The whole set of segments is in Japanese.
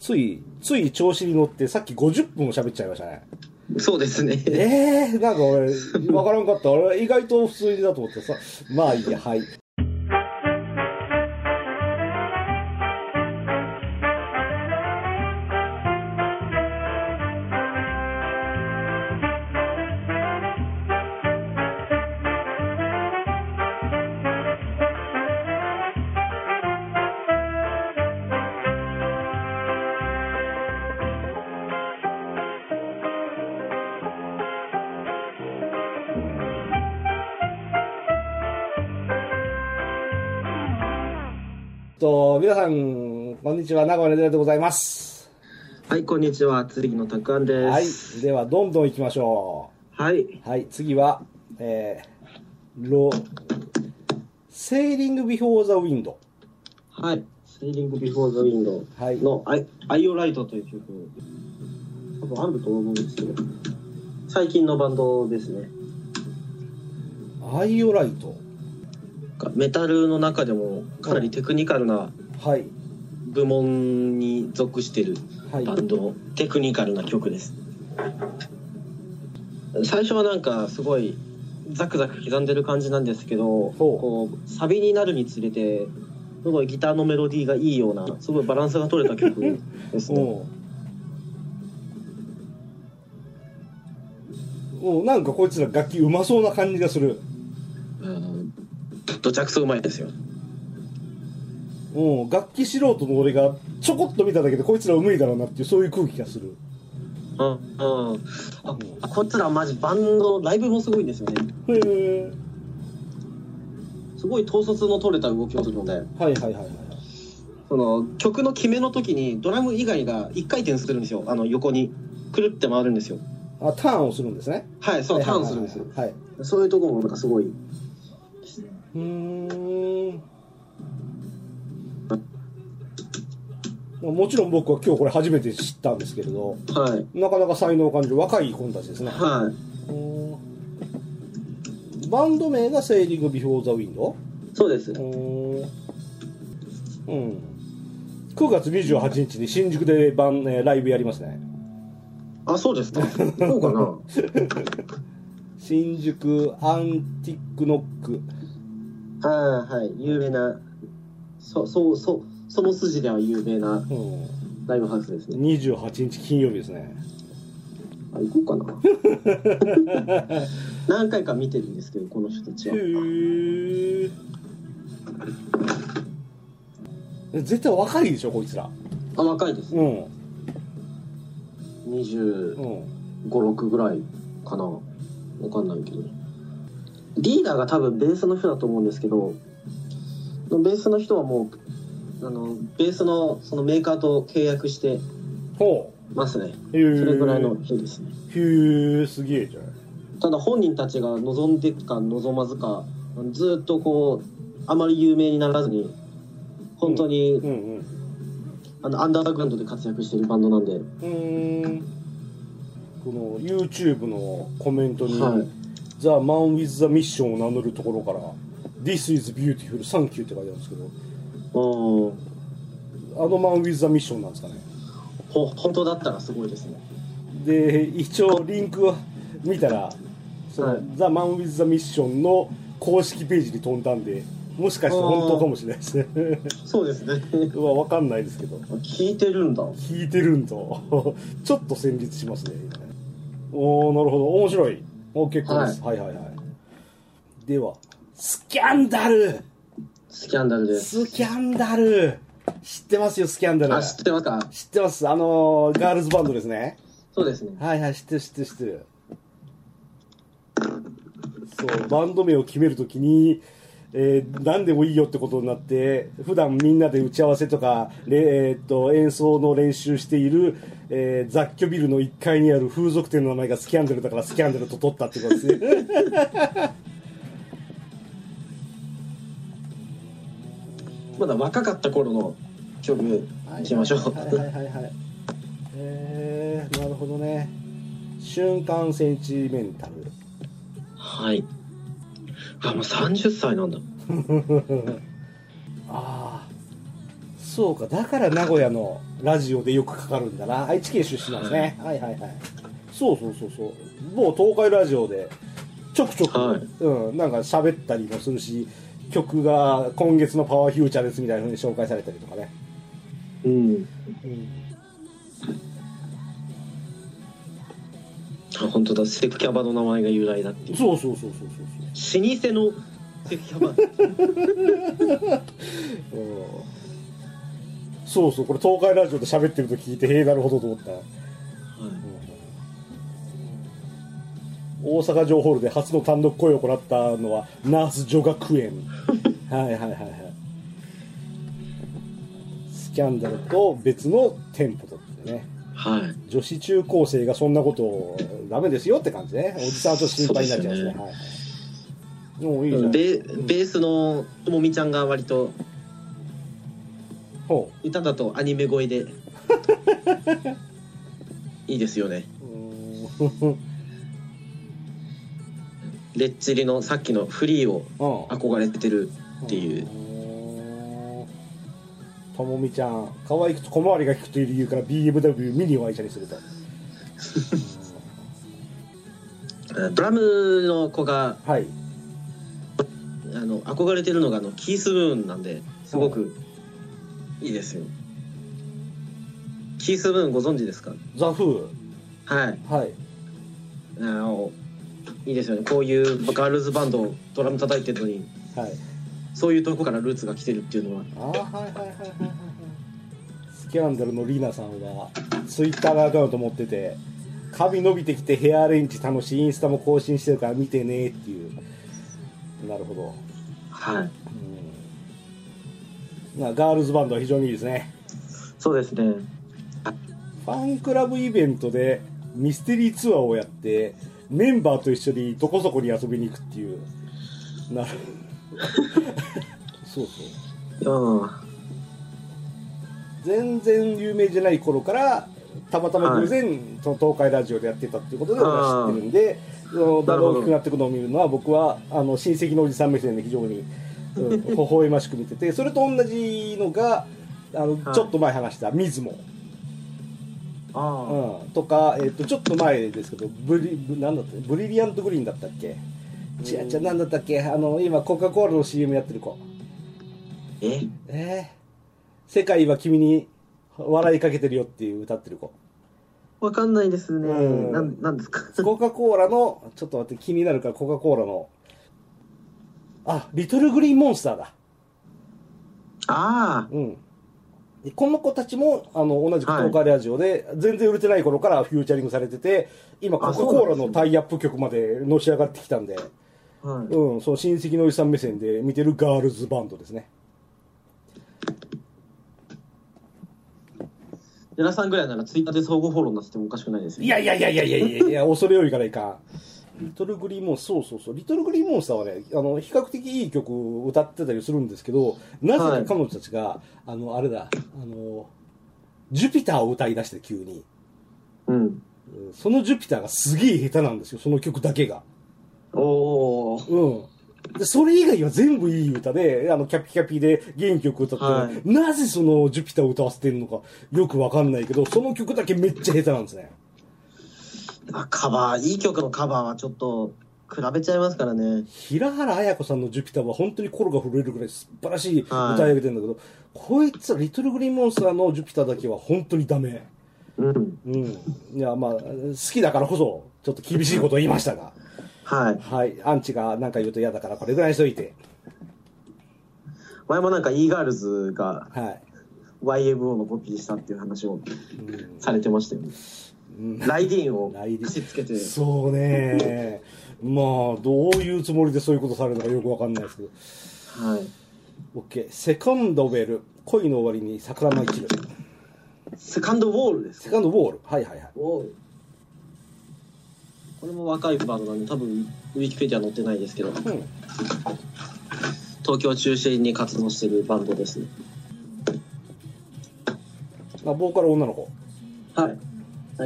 つい、つい調子に乗って、さっき50分も喋っちゃいましたね。そうですね。ええー、なんか俺、わからんかった。俺、意外と普通だと思ってさ。まあいいや、はい。と、皆さん、こんにちは。名古屋のデラでございます。はい、こんにちは。釣りのたくあんではいす。。では、どんどん行きましょはい。う。はい、次は、えー、ロ、セーリングビフォーザウィンド。はい。セーリングビフォーザウィンドはいのアイ「アイオライト」という曲、多分あると思うんですけど、最近のバンドですね。アイオライト。メタルの中でもかなりテクニカルなはい。部門に属してるはい。バンド、テクニカルな曲です。最初はなんかすごいザクザク刻んでる感じなんですけど、ほうこうサビになるにつれてすごいギターのメロディーがいいようなすごいバランスが取れた曲ですね。 おおうなんかこいつら楽器うまそうな感じがする。うんどちゃくそうまいですよ。うん、楽器素人の俺がちょこっと見ただけでこいつらうめいだろうなっていうそういう空気がする。うんうん。ああこいつらマジバンドライブもすごいんですよね。へえ。すごい統率の取れた動きをするので、はいはいはいはい。その曲の決めの時にドラム以外が一回転するんですよ。あの横にくるって回るんですよ。あ、ターンをするんですね。はい、そうターンするんですよ。はい。そういうところもなんかすごい。うーん。もちろん僕は今日これ初めて知ったんですけれど、はい。なかなか才能を感じる若い子たちですね。はうんバンド名がセーリング・ビフォー・ザ・ウィンドい。そうです。うん。9月28日に新宿でバン、えーライブやりますね。あ、そうですか。そうかな。新宿アンティックノック。あーはい。有名な、そ、そう、そう、その筋では有名なうん。ライブハウスですね。 28日金曜日ですね。あ、行こうかな。 何回か見てるんですけど、この人たちへは。ー絶対若いでしょ、こいつら。あ、若いです。うん。 25、うん。 6ぐらいかな。わかんないけど。リーダーが多分ベースの人だと思うんですけど、そのベースの人はもう、あの、ベースのそのメーカーと契約してほますね。う。へーそれぐらいの人ですね。へーすげえじゃん。ただ本人たちが望んでか望まずか、ずっとこう、あまり有名にならずに、本当に、うんうん。あの、アンダーグラウンドで活躍してるバンドなんで、うーん。この YouTube のコメントに、はい The Man with the Mission を名乗るところから、This is beautiful, thank you って書いてあるんですけど、うん、あの Man with the Mission なんですかね。ほ本当だったらすごいですね。で、一応リンクを見たら、その、はい The Man with the Mission の公式ページに飛んだんで、もしかして本当かもしれないですね。 そうですね。うわ、わかんないですけど。 聞いてるんだ。聞いてるんと ちょっと戦慄しますねおおなるほど面白いお結構です、はい、はいはいではスキャンダルスキャンダルです。スキャンダル知ってますよスキャンダルあ、知ってますか知ってますあのーガールズバンドですねそうですね。はいはい知ってる知ってる知ってるそうバンド名を決めるときに、えー何でもいいよってことになって普段みんなで打ち合わせとか、れえーっと演奏の練習している、えー雑居ビルの1階にある風俗店の名前がスキャンダルだからスキャンダルと取ったってことです ねまだ若かった頃の曲、いきましょうはいはいはいはいえー、なるほどね瞬間センチメンタルはい。あ、もう30歳なんだ。ああそうかだから名古屋のラジオでよくかかるんだな愛知県出身なんですね、はい、はいはいそうそうそうそうもう東海ラジオでちょくちょく、はいうん、なんか喋ったりもするし曲が今月のパワーフューチャーですみたいな風に紹介されたりとかね、うんうん、あ本当だセクキャバの名前が由来だっていうそうそうそうそうそう老舗のセクキ ャバそう、うん、そうそうこれ東海ラジオで喋ってると聞いてへえなるほどと思った、大阪城ホールで初の単独声を行ったのはナース女学 園はいはいはいはいスキャンダルと別の店舗だったよねはい、はい女子中高生がそんなことをダメですよって感じねおじさんと心配になっちゃいますねそうはいはいもういいじゃんベベースのともみちゃんが割とほ歌だとアニメ声 でいいですよね ううんレッチリのさっきのフリーをうん憧れてるっていうう ともみちゃん可愛くて小回りが利くという理由から BMW ミニを愛車にする とドラムの子がはいあの憧れてるのがあのキースブーンなんですごくいいですよキースブーンご存知ですかザ・フはいーはいあのいいですよねこういうガールズバンドをドラム叩いてるのにはいそういうとこからルーツが来てるっていうのはあーはいはいはいはいはいはいスキャンダルのリーナさんはツイッターのアカウント持ってて髪伸びてきてヘアアレンジ楽しいインスタも更新してるから見てねっていうなるほど、はいうん、まあガールズバンドは非常にいいですねそうですねファンクラブイベントでミステリーツアーをやってメンバーと一緒にどこそこに遊びに行くっていうなる そうそううん全然有名じゃない頃からたまたま偶然、その東海ラジオでやってたっていうことであー俺は知ってるんでそのだんだん大きくなっていくのを見るのは僕はあの親戚のおじさん目線で非常に、うん、微笑ましく見ててそれと同じのがあの、はいちょっと前話した水も、あうん、とか、えっとちょっと前ですけどブリブなんだったブリリアントグリーンだったっけ違う違うなんだったっけあの今コカ・コーラの CM やってる子ええー世界は君に笑いかけてるよ」っていう歌ってる子わかんないですねうんなんなんですかコカ・コーラの、ちょっと待って、気になるから、コカ・コーラの、あ、リトルグリーンモンスターだ。 あうん。でこの子たちも、あの、同じく東海ラジオで、全然売れてない頃からフューチャリングされてて、今、コカ・あコーラのタイアップ曲までのし上がってきたんで、あはいうん、そう、親戚のおじさん目線で見てるガールズバンドですね。皆さんぐらいならツイッターで相互フォローになっててもおかしくないですよいやいやいやいやいやいやいや、恐れ多いからいかん。リトルグリーンモンスター、そうそうそう、リトルグリーンモンスターはね、あの、比較的いい曲を歌ってたりするんですけど、なぜか彼女たちが、あの、あれだ、あの、ジュピターを歌い出して急に。うんうんそのジュピターがすげえ下手なんですよ、その曲だけが。おおうん。で、それ以外は全部いい歌で、あの、キャピキャピで原曲歌って、はいなぜそのジュピターを歌わせてるのかよくわかんないけど、その曲だけめっちゃ下手なんですね。あカバーいい曲のカバーはちょっと比べちゃいますからね平原綾子さんの「ジュピター」は本当に心が震えるぐらい素晴らしい歌い上げてるんだけど、こいつはリトルグリーンモンスターの「ジュピター」だけは本当にダメうんうんいやまあ好きだからこそちょっと厳しいことを言いましたがはいはいアンチが何か言うと嫌だからこれぐらいにしといて前もなんか e ガールズがは YMO のコピーしたっていう話をい、うんされてましたよねうんライディーンをライディーン貸し付けてそうねまあどういうつもりでそういうことされるのかよくわかんないですけどはい OK セカンドウェル恋の終わりに桜舞い散るセカンドウォールですセかカンドウォールはいはいはいウォールこれも若いバンドなんで多分ウィキペディア載ってないですけどうん東京を中心に活動してるバンドですねまあボーカル女の子はい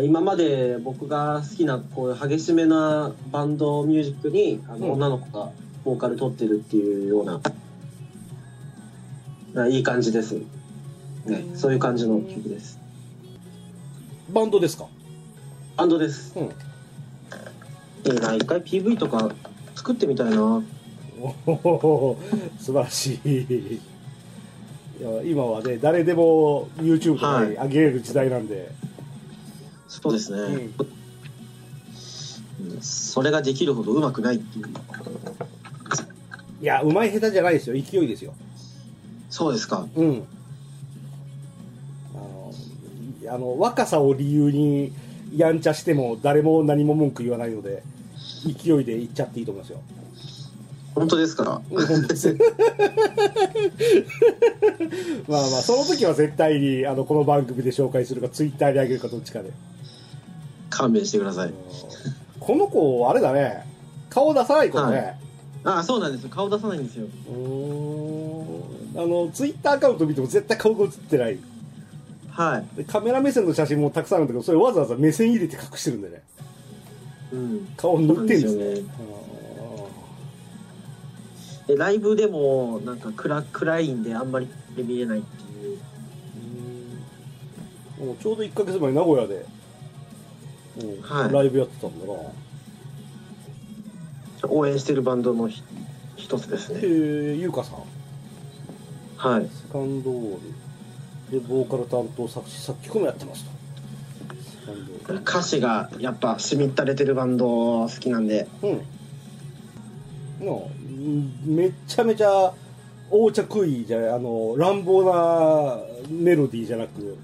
今まで僕が好きなこういう激しめなバンドミュージックにあうんの女の子がボーカル取ってるっていうような、あいい感じですうね、そういう感じの曲です。バンドですかバンドです。うんいいな、一回 PV とか作ってみたいな。おお素晴らしいいや今はね誰でも YouTube とかに上げれる時代なんで、そうですね。うんそれができるほど上手くないっていう。い、やうまい下手じゃないですよ勢いですよそうですか。うんあのいあの若さを理由にやんちゃしても誰も何も文句言わないので勢いでいっちゃっていいと思います よ本当ですから。うん本当です まあまあその時は絶対にあのこの番組で紹介するか Twitter に上げるかどっちかで勘弁してください。この子あれだね顔出さない子だね、はああ、そうなんですよ。顔出さないんですよ。うーんあのツイッターアカウント見ても絶対顔が映ってないはでカメラ目線の写真もたくさんあるんだけどそれわざわざ目線入れて隠してるんでねい。うん。顔塗ってるんですよそうなんですよね。でライブでもなんか暗暗いんであんまり見れないってういう。んもうちょうど1ヶ月前名古屋で、うんはいライブやってたんだなへ応援してるバンドのひ一つですえね。ー、ゆうかさんはい。セカンドオールでボーカル担当作詞作曲もやってますとセカンドオール歌詞がやっぱしみったれてるバンド好きなんで。うんのめちゃめちゃ横着いじゃないあの乱暴なメロディーじゃなく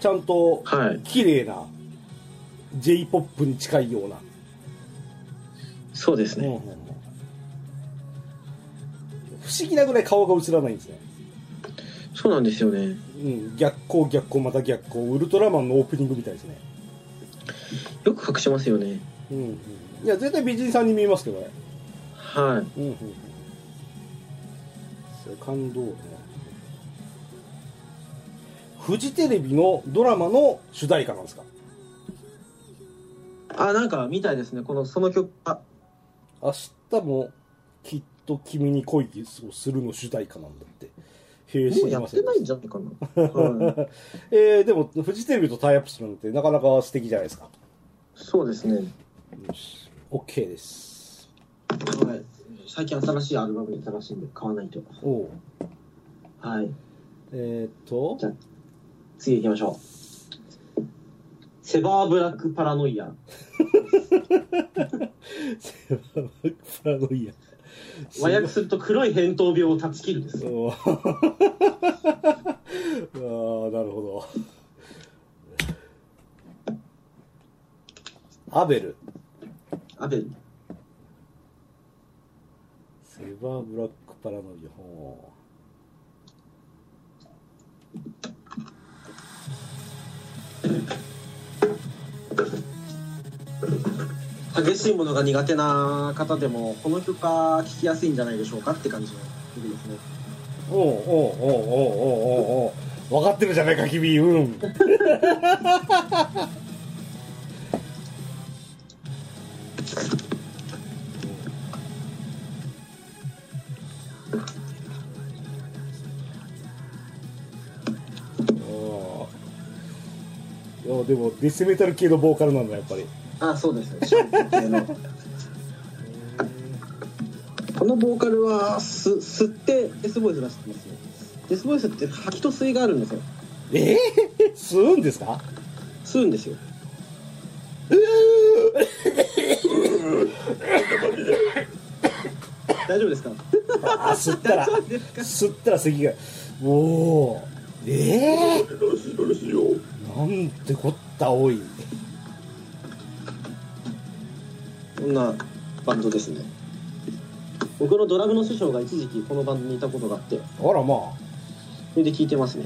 ちゃんとはい。綺麗な j p o p に近いような、そうですうんうんね。うん不思議なぐらい顔が映らないんですね、そうなんですよね。うん、逆光逆光また逆光ウルトラマンのオープニングみたいですね、よく隠しますよね。うんうん、いや絶対美人さんに見えますけどねはい。うんうんうんセカンドオールねフジテレビのドラマの主題歌なんですかあ、なんかみたいですね。この、その曲が、明日もきっと君に恋をするの主題歌なんだってへえも知うりやまっせんでてないんしじゃないかな。はい、たえーでもフジテレビとタイアップするなんてなかなか素敵じゃないですかそうですね。よし OK ですはい。最近新しいアルバムに新しいんで買わないと。おおうはい。えー、っとじゃあ次行きましょう。セバーブラックパラノイア。 セバーブラックパラノイア和訳すると黒い扁桃病を断ち切るで す。おーあーなるほどアベルアベル。セバーブラックパラノイアほ激しいものが苦手な方でもこの曲が聴きやすいんじゃないでしょうかって感じの曲ですねうおうおうおうおうおうおうおう分かってるじゃないか君うんあーいやでもデスメタル系のボーカルなんだやっぱりあそうですねこのボーカルはす吸ってデスボイス出してますねデスボイスって吐きと吸いがあるんですよえー、吸うんですか吸うんですよ大丈夫ですかあー吸った大ら丈夫ですか吸ったら咳がおおーええなんてこった多いこんなバンドですね僕のドラムの師匠が一時期このバンドにいたことがあってあらまあそれで聞いてますね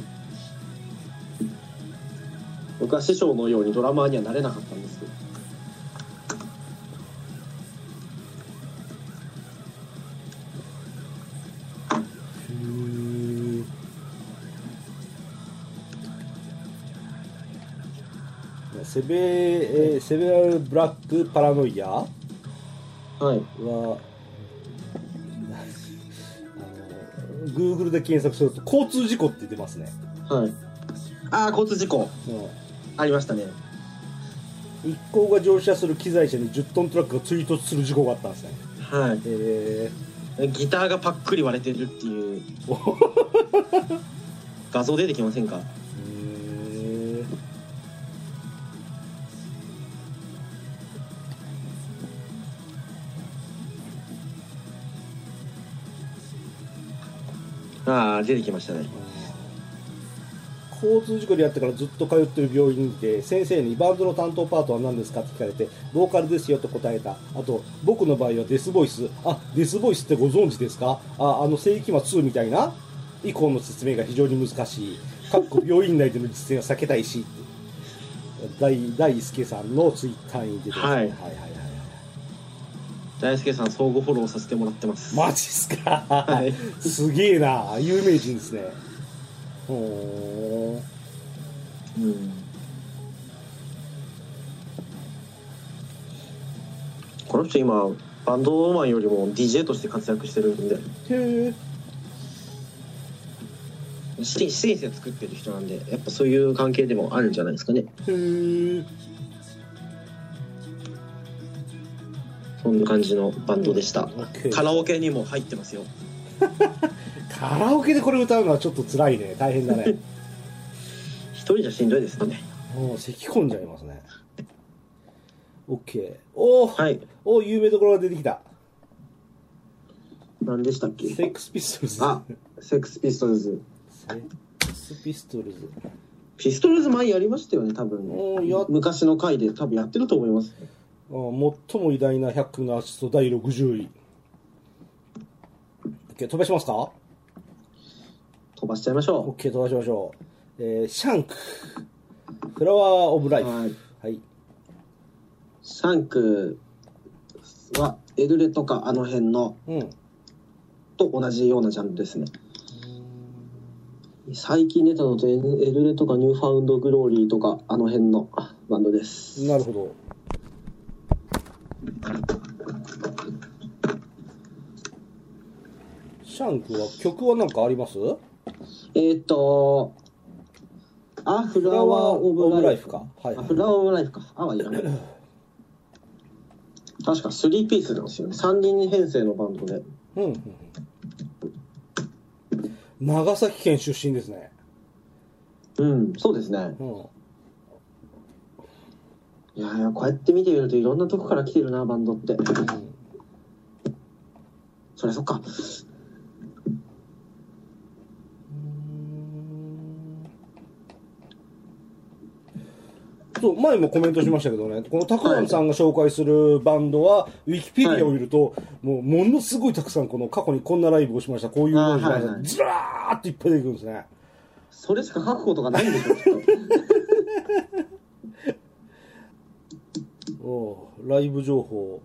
僕は師匠のようにドラマーにはなれなかったんですけどへーセベえーセベラルブラックパラノイアははいあの Google で検索すると交通事故って出ますねはいああ、交通事故。うんありましたね。一行が乗車する機材車に10トントラックが追突する事故があったんですねはい。えギターがパックリ割れてるって いうお画像出てきませんかー、ああ出てきましたね交通事故でやってからずっと通ってる病院で先生にバンドの担当パートは何ですかって聞かれてボーカルですよと答えたあと僕の場合はデスボイスあデスボイスってご存知ですかああの世紀末2みたいな以降の説明が非常に難しいかっこ病院内での実践は避けたいし大大輔さんのツイッターに出てますね、はいはいはいはい大輔さん相互フォローさせてもらってますマジっすか、いすげえな有名人ですねほーうんこの人今バンドマンよりも DJ として活躍してるんでへえシンシンセ作ってる人なんでやっぱそういう関係でもあるんじゃないですかねへえそんな感じのバンドでした、カカララオケにも入ってますよカラオケでこれ歌うのはちょっと辛いね大変だ ね一人じゃしんどいですかねもう咳き込んじゃいますね OK おー、はいおー有名どころが出てきた何でしたっけセックスピストルズあセックスピストルズセックスピストルズピストルズ前やりましたよね多分おーやっ昔の回で多分やってると思いますあー最も偉大な100のアーティスト第60位 OK 飛ばしますか飛ばしちゃいましょ OK 飛ばしましょう、えーシャンクフラワー・オブ・ライうフ、はいはい、シャンクはエルレとかあの辺のうんと同じようなジャンルですね最近出たのとエルレとかニューファウンドグローリーとかあの辺のバンドですなるほどシャンクは曲は何かありますえーっとあフフラワーオブライフかはい、あフラワーオブライフかあはいら ない確か3ピースなんですよね3人編成のバンドでうんうんうん長崎県出身ですね、うんそうですねうん、いやいやこうやって見てみるといろんなとこから来てるなバンドってそりゃそっかそう前もコメントしましたけどね、このたくあんさんが紹介するバンドは、ウィキペディアを見ると、もうものすごいたくさん、この過去にこんなライブをしました、こういうものをしましあはいた、はいずらーっといっぱい出てくるんですね。それしか書くことがないんでしょきっとおうライブ情報、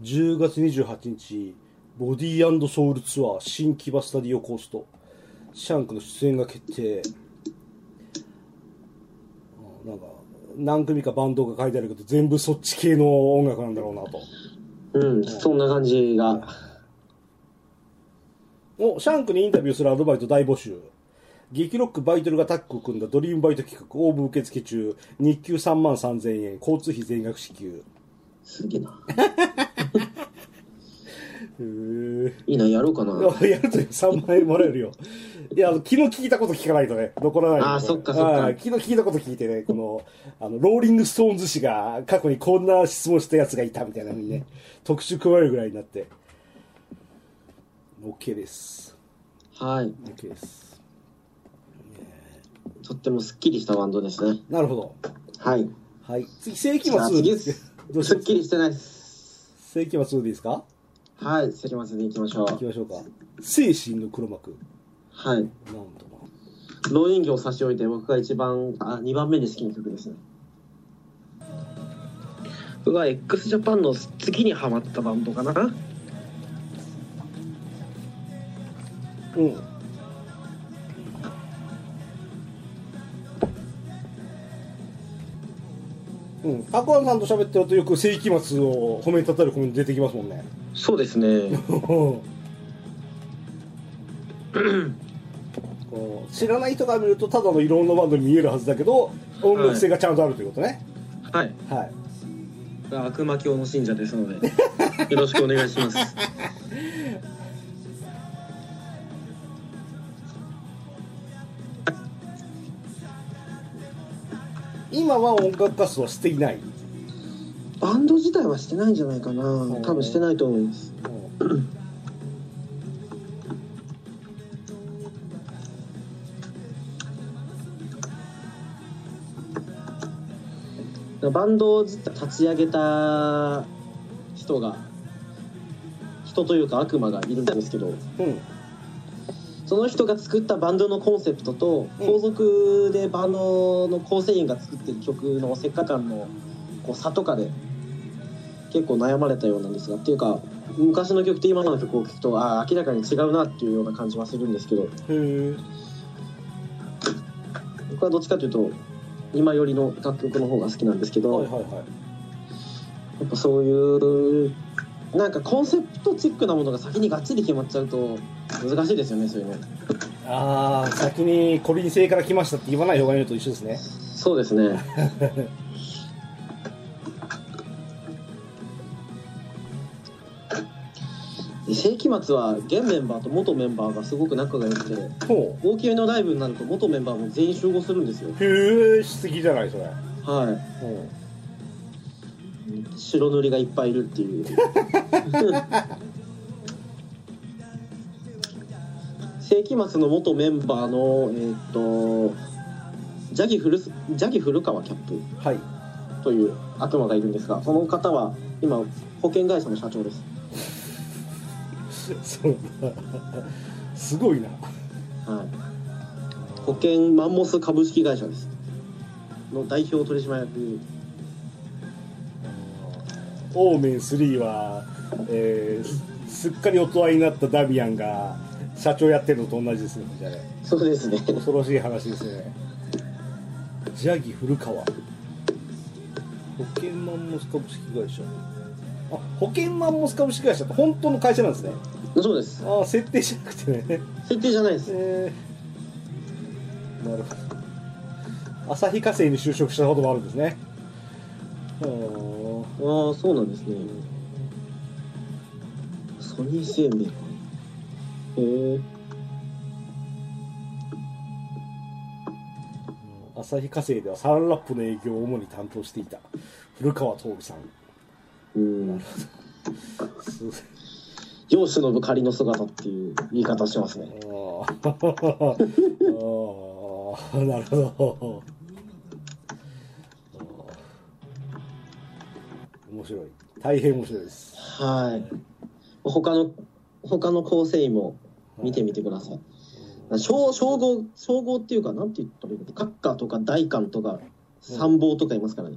10月28日、ボディーソウルツアー、新木場スタディオコースト、シャンクの出演が決定。あなんか、何組かバンドが書いてあるけど、全部そっち系の音楽なんだろうなと。うん、そんな感じが。おシャンクにインタビューするアルバイト大募集激ロックバイトルがタッグを組んだドリームバイト企画応募受付中日給3万3000円交通費全額支給すげえな。へいいな、やろうかな。え やると3万円もらえるよいやあの昨日聞いたこと聞かないとね残らないよあーこれそっかそっかはい昨日聞いたこと聞いてねこのあのローリング・ストーンズ氏が過去にこんな質問したやつがいたみたいなのにね特集加えるぐらいになって OK ですはい。 OK ですとってもすっきりしたバンドですね。なるほどはい。はい。次、世紀じゃあ末。次です。どうしすまっすきりしてないです。世紀末でいいですかはい、関松で行きましょ行きう。ましょうか。精神の黒幕。はい。なんとも。老人形を差し置いて、僕が一番、あ、二番目に好きな曲ですね。僕は x ジャパンの次にハマったバンドかなうん。うん、たくあんさんと喋ってるとよく世紀末を褒めたたるコメント出てきますもんね。そうですねこうん知らない人が見るとただのいろんなバンドに見えるはずだけど音楽性がちゃんとあるということね、はいはい、悪魔教の信者ですの でよろしくお願いし ます今は音楽活動はしていない、バンド自体はしてないんじゃないかなう多分してないと思いますバンドを立ち上げた人が人というか悪魔がいるんですけどうんその人が作ったバンドのコンセプトとうん後続でバンドの構成員が作ってる曲のせっか感のこう差とかで結構悩まれたようなんですがっていうか昔の曲と今の曲を聴くとああ明らかに違うなっていうような感じはするんですけへどえ僕はどっちかというと今よりの楽曲の方が好きなんですけど、はいはいはいやっぱそういうなんかコンセプトチックなものが先にがっちり決まっちゃうと難しいですよねそういうのああ先にコビニ製から来ましたって言わない方がいいのと一緒ですねそうですね で世紀末は現メンバーと元メンバーがすごく仲が良くてほ大きめのライブになると元メンバーも全員集合するんですようへえ素敵じゃないそれ、はうんい白塗りがいっぱいいるって いう世紀末の元メンバーのえーっとジャギ古すジャギ古川キャップはいという悪魔がいるんですがその方は今保険会社の社長です、そう だすごいなはい、保険マンモス株式会社ですの代表取締役オーメン3は、えーすっかり大人になったダミアンが社長やってるのと同じですねじゃあねそうですね恐ろしい話ですねジャギ古川保険マンモス株式会社あ保険マンモス株式会社って本当の会社なんですねそうですああ設定じゃなくてね設定じゃないですえー、なるほど旭化成に就職したこともあるんですねあーああそうなんですねソニー生命へえ旭化成ではサランラップの営業を主に担当していた古川徹さんうんす世を忍ぶ仮の姿っていう言い方をしてますねあーあーなるほどあー面白い大変面白いですはい他の他の構成員も見てみてください称称号称号っていうかなんて言ったらいいのカッカーとか大官とか参謀とかいますからね、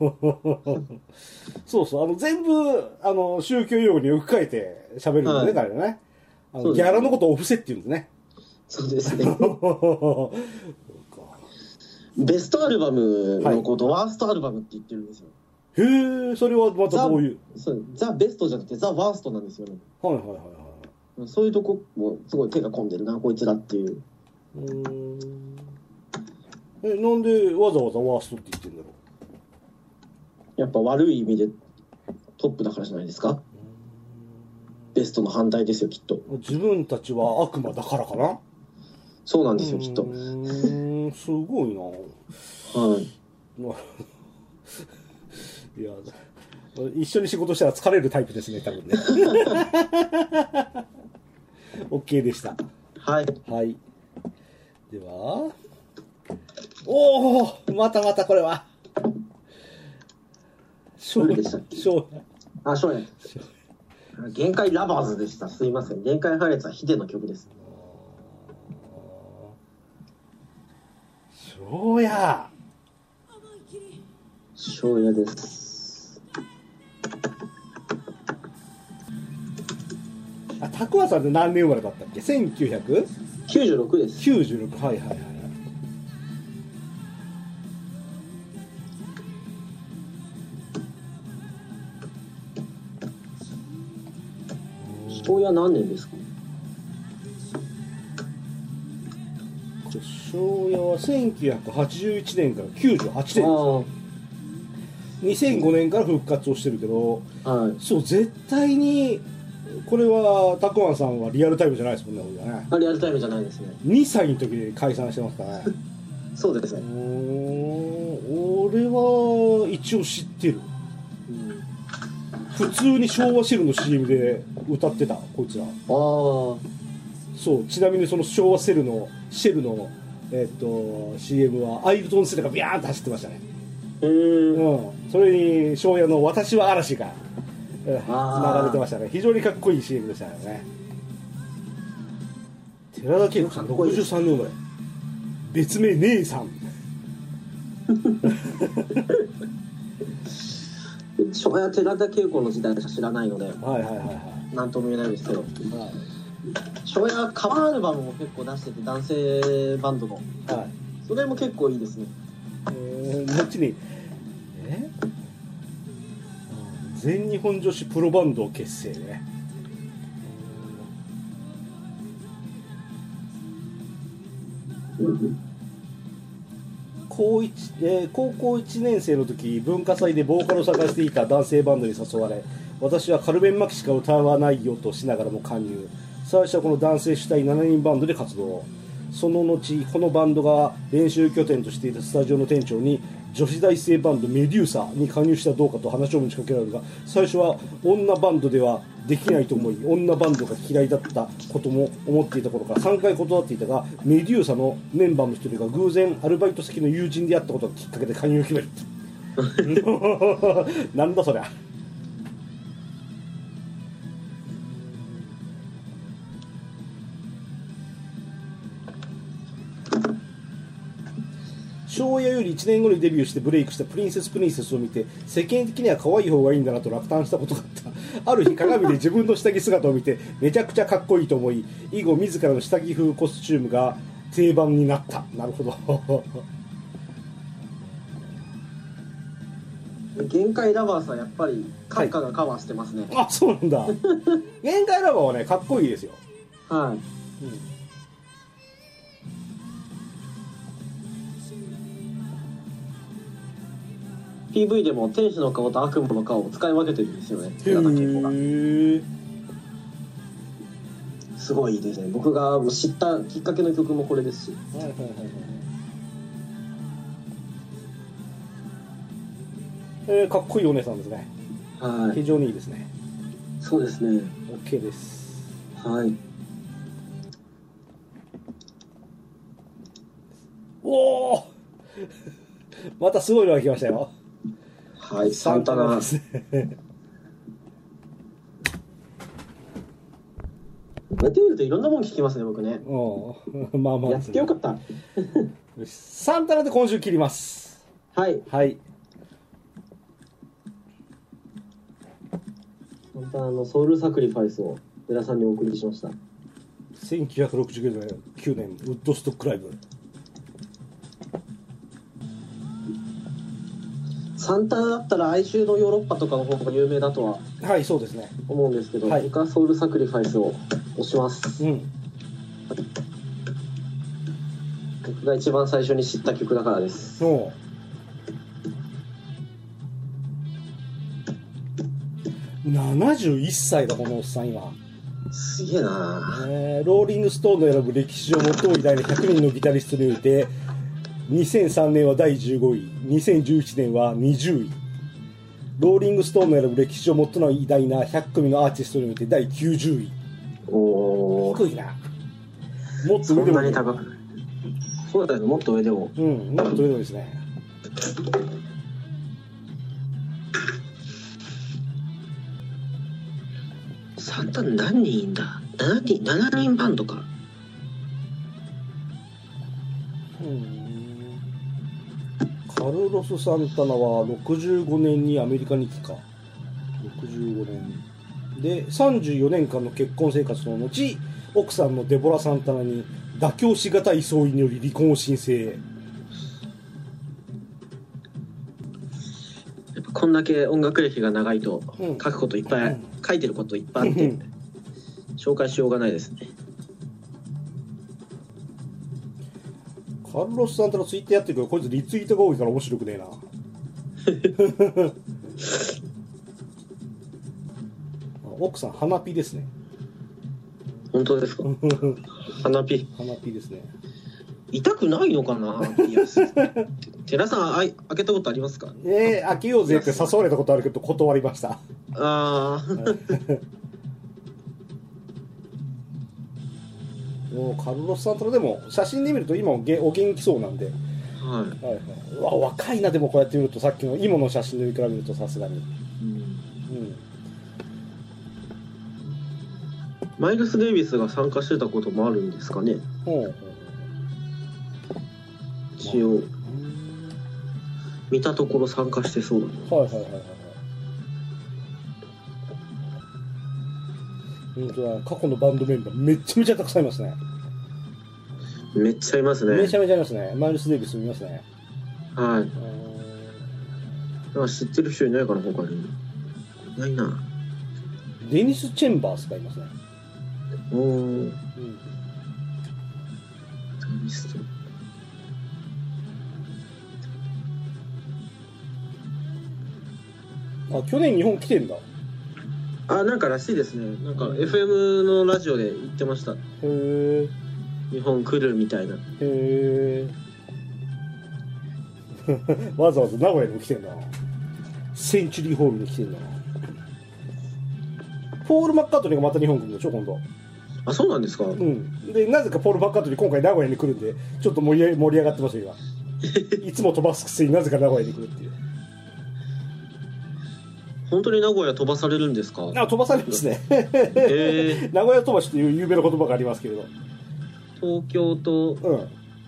そうそうあの全部あの宗教用語に置き換えて喋るんだね、はい彼ねあそのうギですャラのことをオフセって言うんですね そうですねそうかベストアルバムのこと、ワーストアルバムって言ってるんですよへえそれはまたどういうそうザ・ベストじゃなくてザ・ワーストなんですよねはいはいはいはいそういうとこもすごい手が込んでるなこいつらっていううーんえなんでわざわざワーストって言ってんだろやっぱ悪い意味でトップだからじゃないですかベストの反対ですよきっとう自分たちは悪魔だからかなそうなんですよきっうと、ーんすごいなはい、いや一緒に仕事したら疲れるタイプですね多分ね OK でしたはい、はいではおおまたまたこれはどれでしたっけ将来あそうや限界ラバーズでしたすいません限界破裂はヒデの曲ですそうや庄屋です。あたくあさんって何年生まれだったっけ 1996? 九十六です。はいはいはい庄屋何年ですか。庄屋は1981年から98あ年2005年から復活をしてるけどあはいそう絶対にこれはたくまさんはリアルタイムじゃないですもんね俺はねあリアルタイムじゃないですね2歳の時に解散してますからねそうですうーね、ん俺は一応知ってるうん、普通に昭和シェルの CM で歌ってたこいつらあそうちなみにその昭和シェルのシェルのえっと CM はアイルトンセレがビャーンと走ってましたねあへえうんそれに庄屋の「私は嵐が」うんあー流れてましたね非常にかっこいい CM でしたよね寺田圭子さんかっこいい63年生まれ別名姉さん初回は寺田恵子の時代しか知らないのではいはいはいはい何とも言えないですけどは初回はカバーアルバムも結構出してて男性バンドのい、はいそれも結構いいですねえー、後にえ全日本女子プロバンドを結成ね高一えー高校1年生の時文化祭でボーカルを探していた男性バンドに誘われ私はカルメン・マキしか歌わないよとしながらも加入最初はこの男性主体7人バンドで活動その後このバンドが練習拠点としていたスタジオの店長に女子大生バンドメデューサに加入したらどうかと話を持ちかけられるが最初は女バンドではできないと思い女バンドが嫌いだったことも思っていた頃から3回断っていたがメデューサのメンバーの一人が偶然アルバイト先の友人であったことがきっかけで加入を決める なんだそりゃ昭夜より1年後にデビューしてブレイクしたプリンセスプリンセスを見て世間的には可愛い方がいいんだなと落胆したことがあったある日鏡で自分の下着姿を見てめちゃくちゃかっこいいと思い以後自らの下着風コスチュームが定番になったなるほど限界ラバーさんやっぱりカッカがカバーしてますねあそうなんだ限界ラバーはねかっこいいですよはい PV でも天使の顔と悪魔の顔を使い分けてるんですよねへ寺田恵子がーすごいですね僕が知ったきっかけの曲もこれですしはいはいはいはいえーかっこいいお姉さんですねは非い常にいいですねそうですね OK ですはいおおまたすごいのが来ましたよはいサンタナですねやってみるといろんなもん聞きますね僕ねうん まあまあやってよかったサンタナで今週切りますはいはい本当あのソウルサクリファイスを寺さんにお送りしました1969年9年ウッドストックライブサンタナだったら哀愁のヨーロッパとかの方が有名だとははいそうですね思うんですけど、はい僕はソウルサクリファイスを押しますうん僕が一番最初に知った曲だからですそう71歳だこのおっさん今、すげえなえーローリング・ストーンの選ぶ歴史上最も偉大な100人のギタリストにおいて2003年は第15位2011年は20位ローリング・ストーンの選ぶ歴史上最も偉大な100組のアーティストにおいて第90位おお低いなもっとそ上でんもないにい高くないそうだよねもっと上でもうんもっと上でもいいですねサンタナ何人いんだ7人7人バンドかうんカルロス・サンタナは65年にアメリカに帰化65年で34年間の結婚生活の後奥さんのデボラ・サンタナに妥協しがたい相違により離婚を申請やっぱこんだけ音楽歴が長いとうん書くこといっぱい、うん書いてることいっぱいあってうん紹介しようがないですねカカルロス・サンタナツイッターやってるけどこいつリツイートが多いから面白くねえな 奥さん花ピですね本 当ですか花火花ピですね痛くないのかなピアス寺さんあい開けたことありますかえー、開けようぜって誘われたことあるけど断りましたああもうカルロス・サンタナでも写真で見ると今もげお元気そうなんで、ははいはい、うわ若いなでもこうやって見るとさっきの今の写真で比べるとさすがに、い、ううん、んマイルス・デイビスが参加してたこともあるんですかねほう一応見たところ参加してそうだなほうはいはいはいはいはい本当だ過去のバンドメンバーめちゃめちゃたくさんいますねめっちゃいますねめちゃめちゃいますねマイルス・デイビス見ますねはいうーなんか知ってる人いないかな他にいないなんデニス・チェンバースがいますね、おおうんダミストあ去年日本来てんだへあなんからしいですねなんか FM のラジオで言ってましたえ日本来るみたいなへえ わざわざ名古屋にも来てんだなセンチュリーホールに来てんだなポール・マッカートニーがまた日本来るんでしょ今度あそうなんですかうんでなぜかポール・マッカートニー今回名古屋に来るんでちょっと盛り上盛り上がってますよ今いつも飛ばすくせになぜか名古屋に来るっていう本当に名古屋飛ばされるんですかあ飛ばされますね えー、名古屋飛ばしという有名な言葉がありますけれど東京と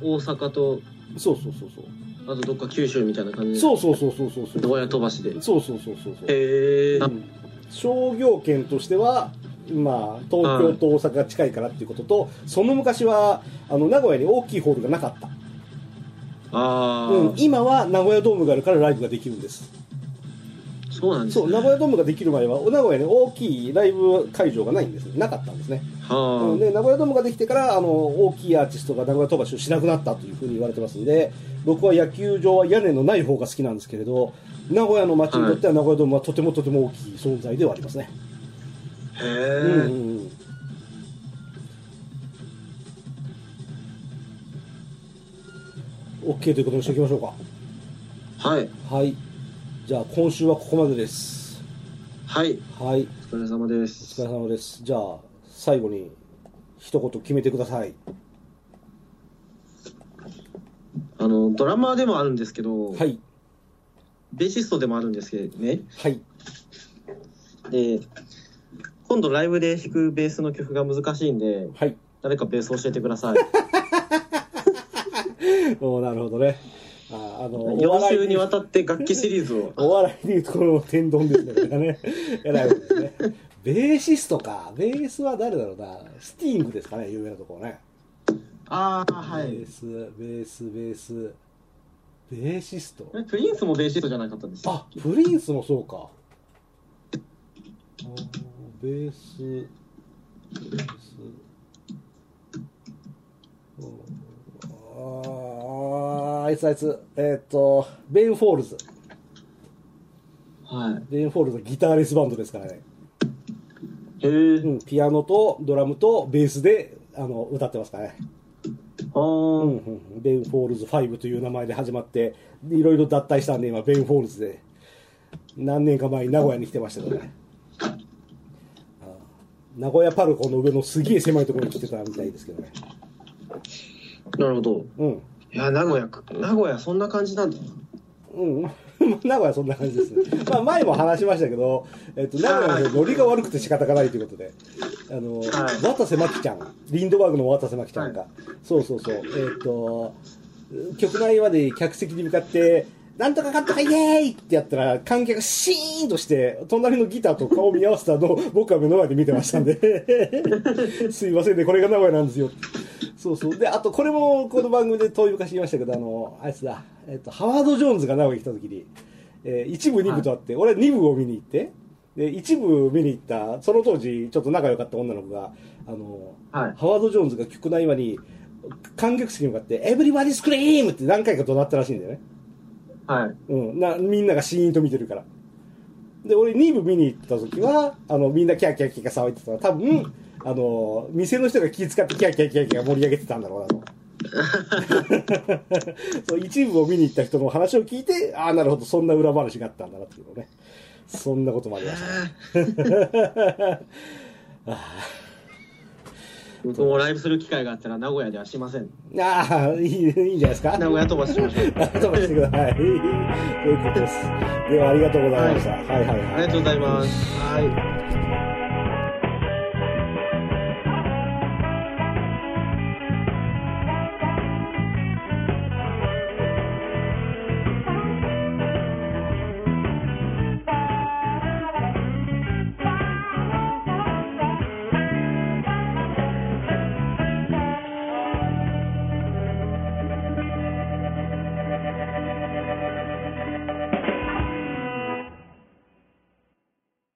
うん大阪とそうそうそうそうあとどっか九州みたいな感じそうそうそうそうそうそう名古屋飛ばしでそうそうそうそうそうへえーうん商業圏としては、まあ、東京と大阪が近いからっていうことと、その昔はあの名古屋に大きいホールがなかった、ああ、うん、今は名古屋ドームがあるからライブができるんですそうなんですそうね名古屋ドームができる前は名古屋に大きいライブ会場がないんですねなかったんですね、はあ、うんで名古屋ドームができてからあの大きいアーティストが名古屋飛ばしをしなくなったというふうに言われてますんで僕は野球場は屋根のない方が好きなんですけれど名古屋の街にとっては名古屋ドームはとてもとても大きい存在ではありますね、へえ、うんうんうんオッケーということにしておきましょうはいかはいじゃあ今週はここまでですはいはいお疲れ様でおす疲れ様ですじゃあ最後に一言決めてくださいあのドラマーでもあるんですけど、はいベーシストでもあるんですけどねはいで今度ライブで弾くベースの曲が難しいんではい誰かベース教えてください おーなるほどねああの お4笑い週にわたって楽器シリーズをお笑いでいうところの天丼ですねこれがね えらいことですねベーシストかベースは誰だろうなスティーングですかね有名なところねああはベース、ベース、ベース、ベーシスト。プリンスもベーシストじゃなかったんですあ、プリンスもそうか。あーベース、ベース。うんあーあいつあいつ、えーっと、ベン・フォールズ。はベン・フォールズはギターレスバンドですからね。いへえうん、ピアノとドラムとベースで、あの、歌ってますからね。あうあ、んうんうんベン・フォールズ5という名前で始まっていろいろ脱退したんで今ベン・フォールズで何年か前に名古屋に来てましたけどねああ名古屋パルコの上のすげえ狭いところに来てたみたいですけどねなるほどうんいや名古屋か名古屋そんな感じなんだうん 名古屋そんな感じですね、まあ、前も話しましたけど、えっと、名古屋のノリが悪くて仕方がないということであの、はい渡瀬真希ちゃんリンドバーグの渡瀬真希ちゃんが、そうそうそうえっ、と局内まで客席に向かって「なんとかかんとかイエーイ!」ってやったら観客がシーンとして隣のギターと顔を見合わせたのを僕は目の前で 見てましたんですいませんねこれが名古屋なんですよそうそう。で、あと、これも、この番組で遠い昔言いましたけど、あの、あいつだ、えっと、ハワード・ジョーンズが名古屋に来た時に、えー一部、二部とあって、俺は二部を見に行って、で、一部見に行った、その当時、ちょっと仲良かった女の子が、あの、はいハワード・ジョーンズが曲の合間に、観客席に向かって、エブリバディスクリームって何回か怒鳴ったらしいんだよね。はい。うん、なみんながシーンと見てるからで俺2部見に行った時はあのみんなキャーキャーキャーキャー騒いでたから多分あの店の人が気遣ってキャーキャーキャーキャー盛り上げてたんだろうな とそう一部を見に行った人の話を聞いてああなるほどそんな裏話があったんだなっていうのをねそんなこともありましたね僕もライブする機会があったら名古屋ではしません。 ああいいいいんじゃないですか名 古屋飛ばししまし ょう。あ飛ばしてくだ さいということですではありがとうございました、はい、はいはいありがとうございます。はい。